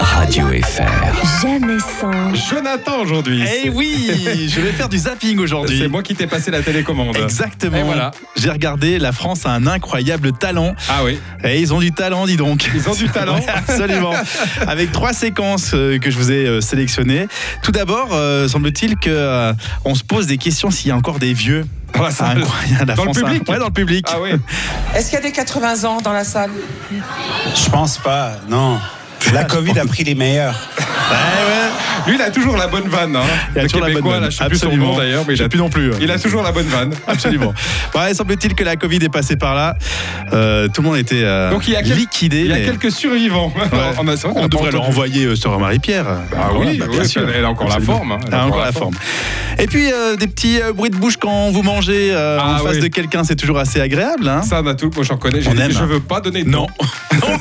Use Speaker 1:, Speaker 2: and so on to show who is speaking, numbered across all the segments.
Speaker 1: Radio FR.
Speaker 2: Jamais sans,
Speaker 3: Jonathan aujourd'hui.
Speaker 4: Eh oui, je vais faire du zapping aujourd'hui.
Speaker 3: C'est moi qui t'ai passé la télécommande.
Speaker 4: Exactement.
Speaker 3: Et voilà.
Speaker 4: J'ai regardé, la France a un incroyable talent.
Speaker 3: Ah oui,
Speaker 4: Et ils ont du talent, dis donc.
Speaker 3: ils ont du talent.
Speaker 4: Ouais, absolument. Avec trois séquences euh, que je vous ai euh, sélectionnées. Tout d'abord, euh, semble-t-il que euh, on se pose des questions s'il y a encore des vieux. Ah,
Speaker 3: Dans la salle.
Speaker 4: Incroyable. La
Speaker 3: Dans le
Speaker 4: France a-
Speaker 3: public
Speaker 4: Ouais, dans le public.
Speaker 3: Ah oui,
Speaker 5: Est-ce qu'il y a des 80 ans dans la salle
Speaker 6: Je pense pas, Ah, non. La Covid a pris les meilleurs.
Speaker 4: Ouais, ouais.
Speaker 3: lui il a toujours la bonne vanne. Hein.
Speaker 4: Il y a
Speaker 3: Le
Speaker 4: toujours la bonne
Speaker 3: Québécois,
Speaker 4: vanne.
Speaker 3: là, je sais plus son
Speaker 4: Absolument.
Speaker 3: nom d'ailleurs, mais
Speaker 4: Je
Speaker 3: il
Speaker 4: sais
Speaker 3: a,
Speaker 4: plus non plus.
Speaker 3: il a toujours la bonne vanne.
Speaker 4: Absolument. Ouais, semble-t-il que la Covid est passée par là. Euh, tout le monde était euh,
Speaker 3: Donc, il y a quel-
Speaker 4: liquidé.
Speaker 3: Il y a
Speaker 4: mais-
Speaker 3: quelques survivants.
Speaker 4: Ouais.
Speaker 3: On, a- Ah, bah, c'est vrai qu'on a
Speaker 4: On
Speaker 3: pas
Speaker 4: devrait leur
Speaker 3: entendu.
Speaker 4: envoyer euh, Sœur Marie-Pierre.
Speaker 3: Ah
Speaker 4: Voilà,
Speaker 3: oui,
Speaker 4: bah,
Speaker 3: oui,
Speaker 4: bien
Speaker 3: puis
Speaker 4: sûr.
Speaker 3: elle a encore la
Speaker 4: Absolument.
Speaker 3: forme, hein.
Speaker 4: Elle a encore la forme. Et puis, euh, des petits euh, bruits de bouche quand vous mangez euh,
Speaker 3: Ah
Speaker 4: en face
Speaker 3: oui.
Speaker 4: de quelqu'un, c'est toujours assez agréable. hein.
Speaker 3: Ça, on a tout. Moi, j'en connais. J'ai
Speaker 4: On
Speaker 3: dit,
Speaker 4: aime.
Speaker 3: je veux pas donner de
Speaker 4: Non.
Speaker 3: nom.
Speaker 4: non.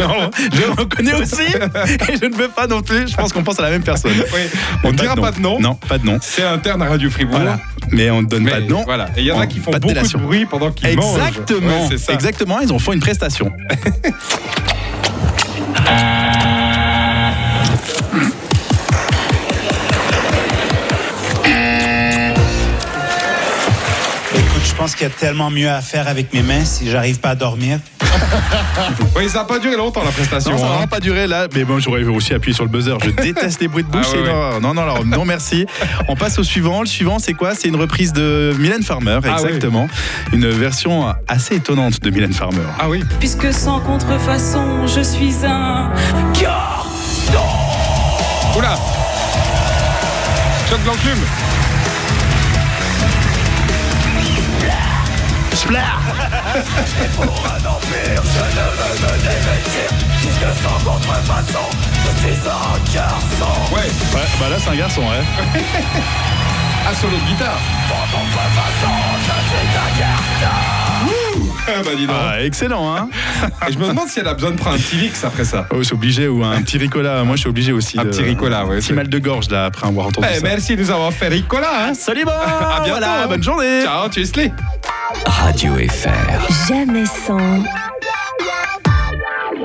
Speaker 4: Non. Je le reconnais aussi et je ne veux pas non plus. Je pense qu'on pense à la même personne.
Speaker 3: Oui. On ne dira pas de nom.
Speaker 4: Non, pas de nom.
Speaker 3: C'est interne à Radio Fribourg.
Speaker 4: Voilà. Mais on ne donne
Speaker 3: Mais
Speaker 4: pas de nom.
Speaker 3: Voilà. Et il y en
Speaker 4: On-
Speaker 3: a qui font
Speaker 4: pas de
Speaker 3: beaucoup de
Speaker 4: délation.
Speaker 3: bruit pendant qu'ils mangent.
Speaker 4: Exactement.
Speaker 3: Ouais, c'est ça.
Speaker 4: Exactement, ils ont fait une prestation.
Speaker 6: Écoute, je pense qu'il y a tellement mieux à faire avec mes mains si j'arrive pas à dormir.
Speaker 3: Oui, ça n'a pas duré longtemps la prestation.
Speaker 4: Non, ça
Speaker 3: hein.
Speaker 4: va vraiment pas durer là, mais bon, j'aurais aussi appuyé sur le buzzer. Je déteste les bruits de bouche.
Speaker 3: Ah ouais,
Speaker 4: et non, non, non, alors, non, merci. On passe au suivant. Le suivant, c'est quoi C'est une reprise de Mylène Farmer,
Speaker 3: Ah
Speaker 4: exactement. Une version assez étonnante de Mylène Farmer.
Speaker 3: Ah oui.
Speaker 7: Puisque sans contrefaçon, je suis un.
Speaker 3: Oula Choc de l'enclume Ouais,
Speaker 4: Ouais, bah là, c'est un garçon, ouais.
Speaker 3: à solo de guitare. Ouh. Ah bah dis donc.
Speaker 4: Ah, excellent, hein
Speaker 3: Et je me demande si elle a besoin de prendre un petit VIX après ça.
Speaker 4: Oh, c'est obligé, ou un petit Ricola. Moi, je suis obligé aussi.
Speaker 3: Un
Speaker 4: de-
Speaker 3: petit Ricola, ouais,
Speaker 4: Un petit
Speaker 3: c'est-
Speaker 4: mal de gorge, là, après avoir entendu
Speaker 3: Eh,
Speaker 4: ça.
Speaker 3: merci de nous avoir fait Ricola. Hein.
Speaker 4: Salut, bon
Speaker 3: À bientôt,
Speaker 4: Voilà,
Speaker 3: hein.
Speaker 4: bonne journée
Speaker 3: Ciao, tu es
Speaker 1: Radio FR.
Speaker 2: jamais sans.